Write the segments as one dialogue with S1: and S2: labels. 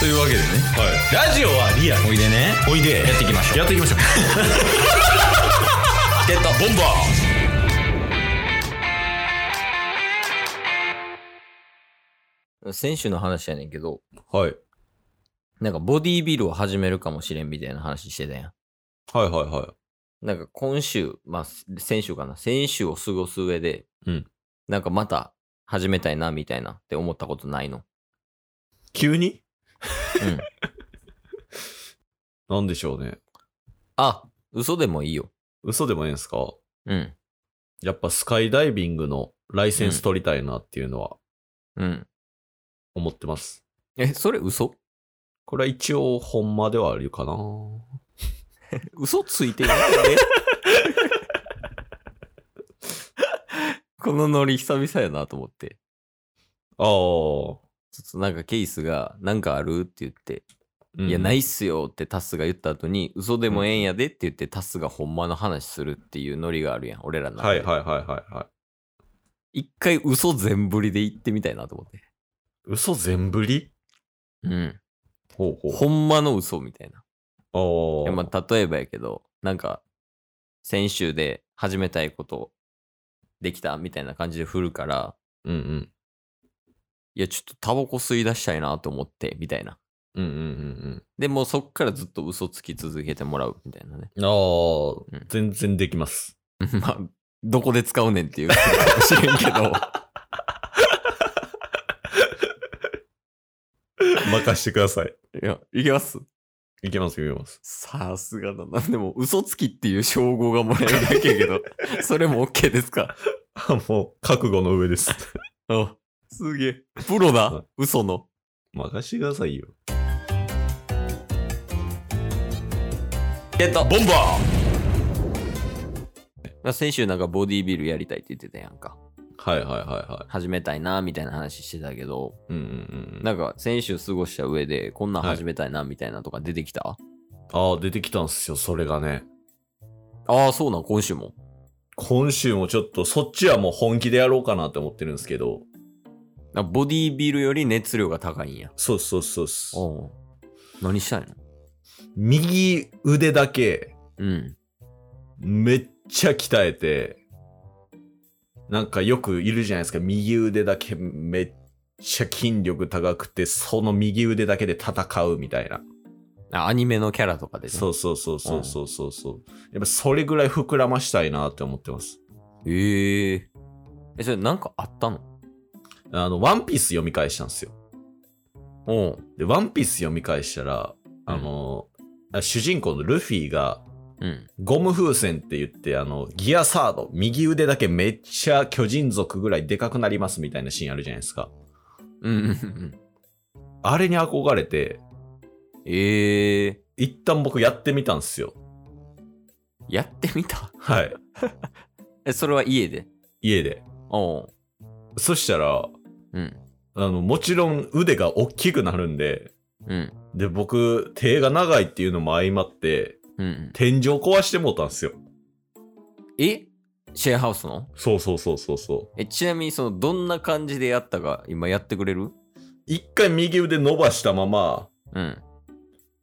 S1: というわけでね
S2: はい。ラジオはリアル。
S1: おいでね
S2: おいで。
S1: やっていきましょう
S2: やっていきましょう。
S1: ゲットボンバー先週の話やねんけど、
S2: はい。
S1: なんかボディービルを始めるかもしれんみたいな話してたや
S2: はいはいは
S1: ん。なんか今週、まあ先週かな、先週を過ごす上で、
S2: うん
S1: なんかまた始めたいなみたいなって思ったことないの。
S2: い。急に
S1: うん。
S2: なんでしょうね。
S1: あ、嘘でもいいよ。
S2: 嘘でもいいんすか
S1: うん。
S2: やっぱスカイダイビングのライセンス取りたいなっていうのは
S1: うん。
S2: 思ってます。
S1: え、それ嘘
S2: これは一応ほんまではあるかな
S1: 嘘ついてる このノリ久々やなと思って。
S2: ああ。
S1: ちょっとなんかケイスが、なんかあるって言って、
S2: うん
S1: いや、ないっすよってタスが言った後に、嘘でもええんやでって言って、タスがほんまの話するっていうノリがあるやん、俺らの中
S2: は
S1: で。
S2: いはいはいはいはい。
S1: 一回嘘全振りで言ってみたいなと思って。
S2: 嘘全振り
S1: うん。
S2: ほうほう。
S1: ほんまの嘘みたいな。いや
S2: ああ。
S1: まあ、例えばやけど、なんか、先週で始めたいことできたみたいな感じで振るから、
S2: うんうん。
S1: いや、ちょっとタバコ吸い出したいなと思って、みたいな。
S2: うんうんうん
S1: で、もうそっからずっと嘘つき続けてもらう、みたいなね。
S2: うん。ああ、
S1: うん
S2: 全然できます。
S1: まあ、どこで使うねんっていうかもしれんけど。
S2: 任してください。
S1: いや、いけます
S2: いけますいけます。
S1: さすがだな。でも、嘘つきっていう称号がもらえるだけやけ ど、それも OK ですか
S2: あもう、覚悟の上です。
S1: あ、すげえ。プロ
S2: は
S1: だ、嘘の。
S2: 任してくださいよ。
S1: えっと、
S2: ボンバ
S1: まあ先週なんかボディービルやりたいって言ってたやんか。
S2: ーはいはいはいは
S1: 始めたいな、みたいな話してたけど、
S2: い。うんうんうん。
S1: なんか先週過ごした上で、こんなん始めたいな、みたいなとか出てきた、
S2: ああ、出てきたんすよ、それがね。
S1: ああ、そうなん、今週も。
S2: 今週もちょっと、そっちはもう本気でやろうかなって思ってるんですけど。
S1: あボディービルより熱量が高いんや。
S2: そうそうそうそう。
S1: おう何したいの
S2: 右腕だけ、
S1: うん。
S2: めっちゃ鍛えて、なんかよくいるじゃないですか、右腕だけめっちゃ筋力高くて、その右腕だけで戦うみたいな。
S1: あ、アニメのキャラとかで、ね。
S2: そうそうそうそうそうそうそう。やっぱそれぐらい膨らましたいなって思ってます。
S1: えええ、それなんかあったの
S2: あの、ワンピース読み返したんですよ。
S1: おう
S2: で、ワンピース読み返したら、あの、あ主人公のルフィが、
S1: うん。
S2: ゴム風船って言って、あの、ギアサード、右腕だけめっちゃ巨人族ぐらいでかくなりますみたいなシーンあるじゃないですか。
S1: うんうんうん。
S2: あれに憧れて、
S1: ええ
S2: 一旦僕やってみたんですよ。
S1: やってみた
S2: はい。
S1: え、それは家で。
S2: 家で。
S1: おう
S2: そしたら、
S1: うん。
S2: あの、もちろん腕が大きくなるんで、
S1: うん。
S2: で、僕、手が長いっていうのも相まって、
S1: うんうん。
S2: 天井壊してもうたんですよ。
S1: えシェアハウスの
S2: そうそうそうそうそう。
S1: え、ちなみにその、どんな感じでやったか、今やってくれる
S2: 一回右腕伸ばしたまま、
S1: うん。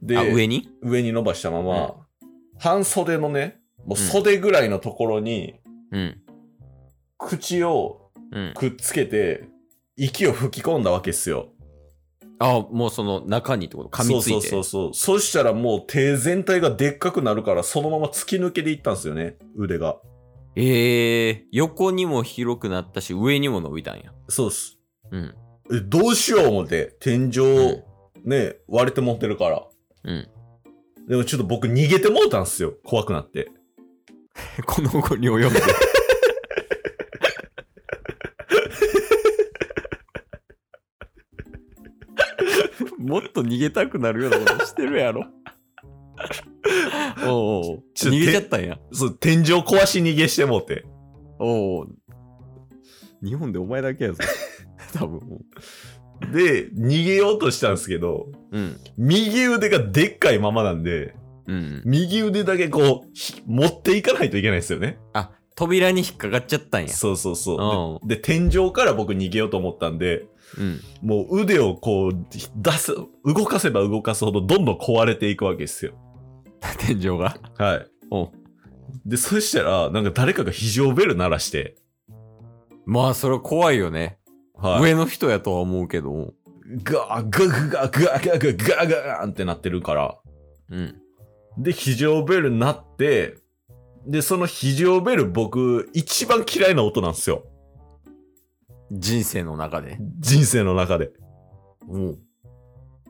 S2: で、
S1: あ、
S2: 上
S1: 上に
S2: に伸ばしたまま、
S1: うん
S2: 半袖のね、もう袖ぐらいのところに、
S1: うん。
S2: 口を
S1: うん。
S2: くっつけて、息を吹き込んだわけっすよ。
S1: あ、もうその中にってこと噛みついて。
S2: そうそうそうそう。そしたらもう手全体がでっかくなるから、そのまま突き抜けでいったんですよね、腕が。
S1: ええ横にも広くなったし、上にも伸びたんや。
S2: そうっす。
S1: うん。
S2: えどうしよう思って、天井
S1: う、
S2: ね、割れて持ってるから。
S1: うん。
S2: でもちょっと僕逃げてもうたんすよ。怖くなって。
S1: この子に及んで。もっと逃げたくなるようなことしてる やろ。おうおう
S2: ちょ
S1: 逃げちゃったんや。
S2: そう、天井壊し逃げしてもうて。
S1: おうおう日本でお前だけやぞ。 多分。
S2: で、逃げようとしたんですけど、
S1: うん。
S2: 右腕がでっかいままなんで、
S1: うん。
S2: 右腕だけこう、ひ持っていかないといけないんですよね。
S1: あ、扉に引っかかっちゃったんや。
S2: そうそうそう。で、で天井から僕逃げようと思ったんで、
S1: うん。
S2: もう腕をこう、出す、動かせば動かすほどどんどん壊れていくわけですよ。
S1: 天井が。
S2: はい。
S1: おう
S2: で、そしたら、なんか誰かが非常ベル鳴らして、
S1: まあ、それは怖いよね。
S2: はい。
S1: 上の人やとは思うけど。
S2: ガー、ガーガーガーガーガーガーガーンってなってるから。
S1: うん。
S2: で、非常ベル鳴って、で、その非常ベル僕、一番嫌いな音なんですよ。
S1: 人生の中で。
S2: 人生の中で。
S1: おう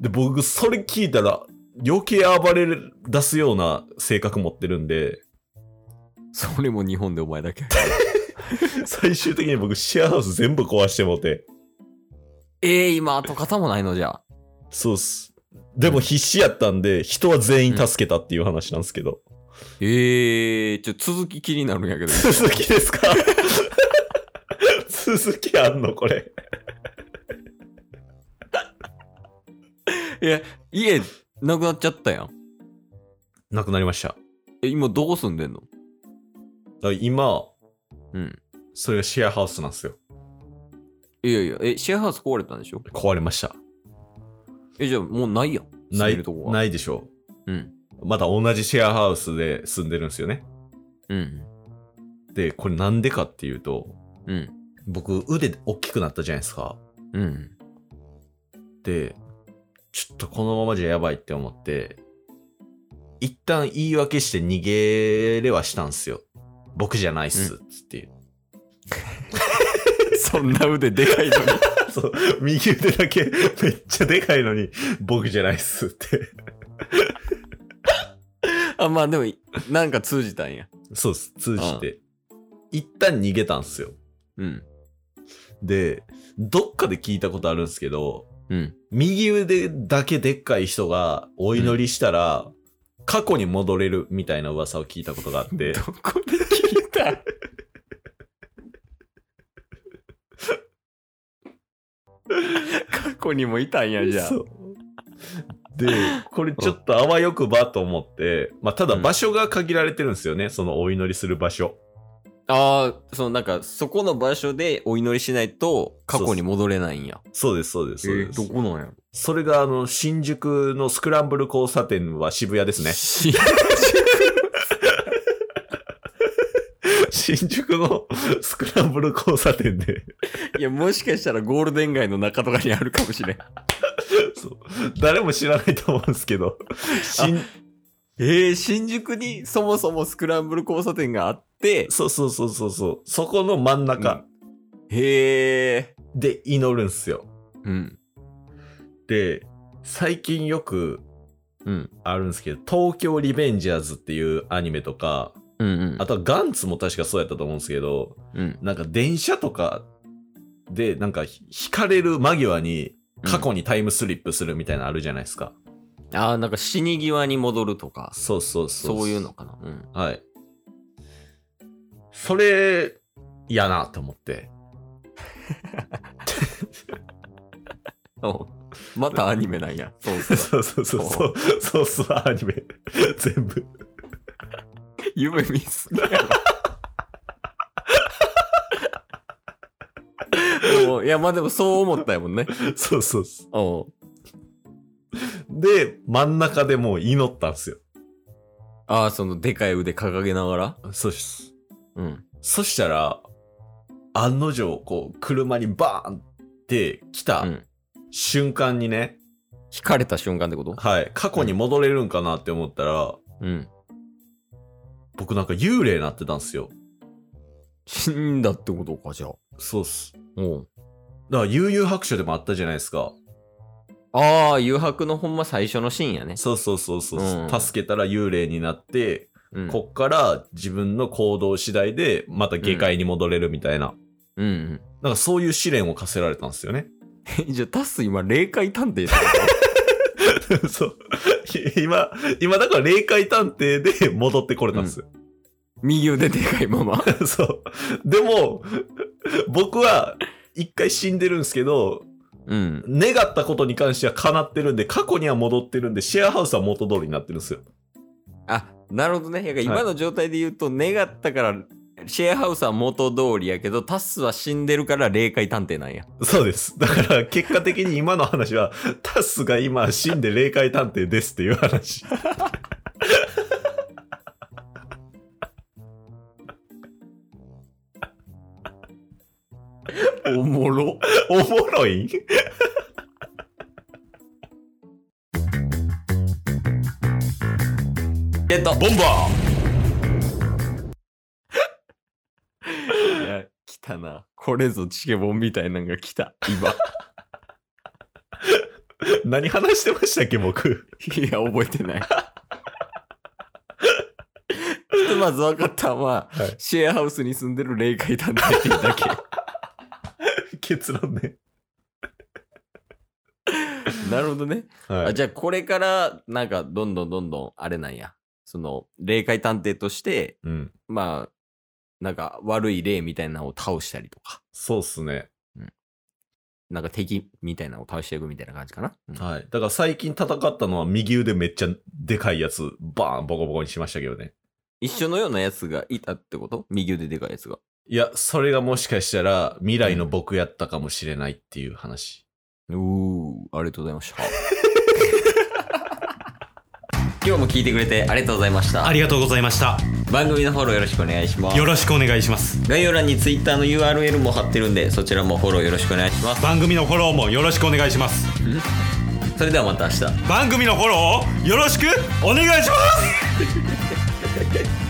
S2: で、僕、それ聞いたら、余計暴れ出すような性格持ってるんで、
S1: それも日本でお前だけ。
S2: 最終的に僕、シェアハウス全部壊してもって。
S1: ええ今、跡形もないのじゃ。
S2: そうっす。でも必死やったんで、人は全員助けたっていう話なんですけど。
S1: ええちょ、続き気になるんやけど。
S2: 続きですか続きあんのこれ。
S1: いや、家、なくなっちゃったやん。
S2: なくなりました。
S1: え、今、どこ住んでんの
S2: だから今、
S1: うん。
S2: それがシェアハウスなんですよ。
S1: いやいや、え、シェアハウス壊れたんでしょ
S2: 壊れました。
S1: え、じゃあ、もうないやん。
S2: な
S1: 住め
S2: い
S1: るとこ、は。
S2: ないでしょ
S1: うん。
S2: う。まだ同じシェアハウスで住んでるんですよね。
S1: うん。
S2: で、これなんでかっていうと、
S1: うん。
S2: 僕腕大きくなったじゃないですか。
S1: うん。
S2: で、ちょっとこのままじゃやばいって思って、一旦言い訳して逃げれはしたんですよ。僕じゃないっす、つって。
S1: そんな腕でかいのに。
S2: そう、 右腕だけ めっちゃでかいのに、僕じゃないっすって。
S1: あ、まあでも、なんか通じたんや。
S2: そうっす、通じて。一旦逃げたんですよ。
S1: うん。
S2: で、どっかで聞いたことあるんですけど、
S1: うん。
S2: 右腕だけでっかい人がお祈りしたら、過去に戻れるみたいな噂を聞いたことがあって
S1: どこで聞いた 過去にもいたんや、じゃあ。
S2: そうでこれちょっとあわよくばと思って、まあ、ただ場所が限られてるんですよね、そのお祈りする場所
S1: ああ、そのなんか、そこの場所でお祈りしないと過去に戻れないんや。
S2: そうですそうですそうです、
S1: こなんや
S2: それがあの新宿のスクランブル交差点は渋谷です ね
S1: し
S2: 新宿の スクランブル交差点で
S1: いや、もしかしたらゴールデン街の中とかにあるかも しれん。
S2: そう誰も知らないと思うんですけど新
S1: えー、新宿にそもそもスクランブル交差点があって、
S2: そうそうそうそうそうそこの真ん中
S1: へえ。
S2: で祈るんすよ、
S1: うん。
S2: で最近よく
S1: うん。
S2: あるんですけど「東京リベンジャーズ」っていうアニメとか
S1: うんうん。
S2: あとはガンツも確かそうやったと思うんですけど
S1: うん。
S2: なんか電車とかでなんかひ引かれる間際に過去にタイムスリップするみたいなのあるじゃないですか、
S1: ああ、なんか死に際に戻るとか、
S2: そうそうそう
S1: そういうのかな。うん。
S2: はいそれやなと思 って
S1: おまたアニメなんや。そうそう。
S2: そうそうそうそうそうそうアニメ全部
S1: 夢見すぎやろ おういやまあでもそう思ったやもんね。
S2: そうそうそう
S1: おう
S2: で、真ん中でもう祈ったんすよ。
S1: ああそのでかい腕掲げながら。
S2: そうです。
S1: うん。
S2: そしたら、案の定、こう、車にバーンって来た
S1: うん
S2: 瞬間にね、
S1: 引かれた瞬間ってこと
S2: はい、過去に戻れるんかなって思ったら、
S1: うん。
S2: 僕なんか幽霊なってたんすよ。
S1: 死んだってことかじゃあ。
S2: そうっす。
S1: おう
S2: だから、悠々白書でもあったじゃないですか。
S1: ああ誘白のほんま最初のシーンやね。
S2: そうそうそうそう。
S1: うん
S2: 助けたら幽霊になって、
S1: うん。
S2: こっから自分の行動次第で、また下界に戻れるみたいな。
S1: うんうん。
S2: なんかそういう試練を課せられたんすよね。
S1: じゃあタス今霊界探偵だ
S2: そう。今、今だから霊界探偵で戻ってこれたんですよ。
S1: 右腕でかいまま。
S2: そう。でも、僕は一回死んでるんですけど、
S1: うん。
S2: 願ったことに関しては叶ってるんで、過去には戻ってるんで、シェアハウスは元通りになってるんですよ。
S1: あなるほどね。やから今の状態で言うと、願ったからシェアハウスは元通りやけど、タスは死んでるから霊界探偵なんや。
S2: そうです。だから結果的に今の話は、タスが今死んで霊界探偵ですっていう話。
S1: おもろ。
S2: おもろい
S1: ゲット
S2: ボンバ
S1: いや、来たな。これぞチケボンみたいなのが来た、 今。
S2: ー 何話してましたっけ、僕。
S1: いや、覚えて ない。ひとまず分かったのは、
S2: はい
S1: シェアハウスに住んでる霊界探 偵っていうだけ。
S2: 結論ね。
S1: なるほどね。
S2: は
S1: あ
S2: い。
S1: じゃあ、これから、なんか、どんどんどんどん、あれなんや。その、霊界探偵として、
S2: うん。
S1: まあ、なんか、悪い霊みたいなのを倒したりとか、
S2: そうっすね。
S1: なんか敵みたいなのを倒していくみたいな感じかな。うん
S2: はい。だから最近戦ったのは右腕めっちゃでかいやつ、バーンボコボコにしましたけどね。
S1: 一緒のようなやつがいたってこと右腕でかいやつが。
S2: いや、それがもしかしたら未来の僕やったかもしれないっていう話。
S1: うー、ありがとうございました。 今日も聞いてくれてありがとうございました
S3: あ。りがとうございました。
S1: 番組のフォローよろしくお願いします
S3: よ。ろしくお願いします。
S1: 概要欄に Twitter の URL も貼ってるんで、そちらもフォローよろしくお願いします。
S3: 番組のフォローもよろしくお願いします。
S1: それではまた明日。
S3: 番組のフォローをよろしくお願いします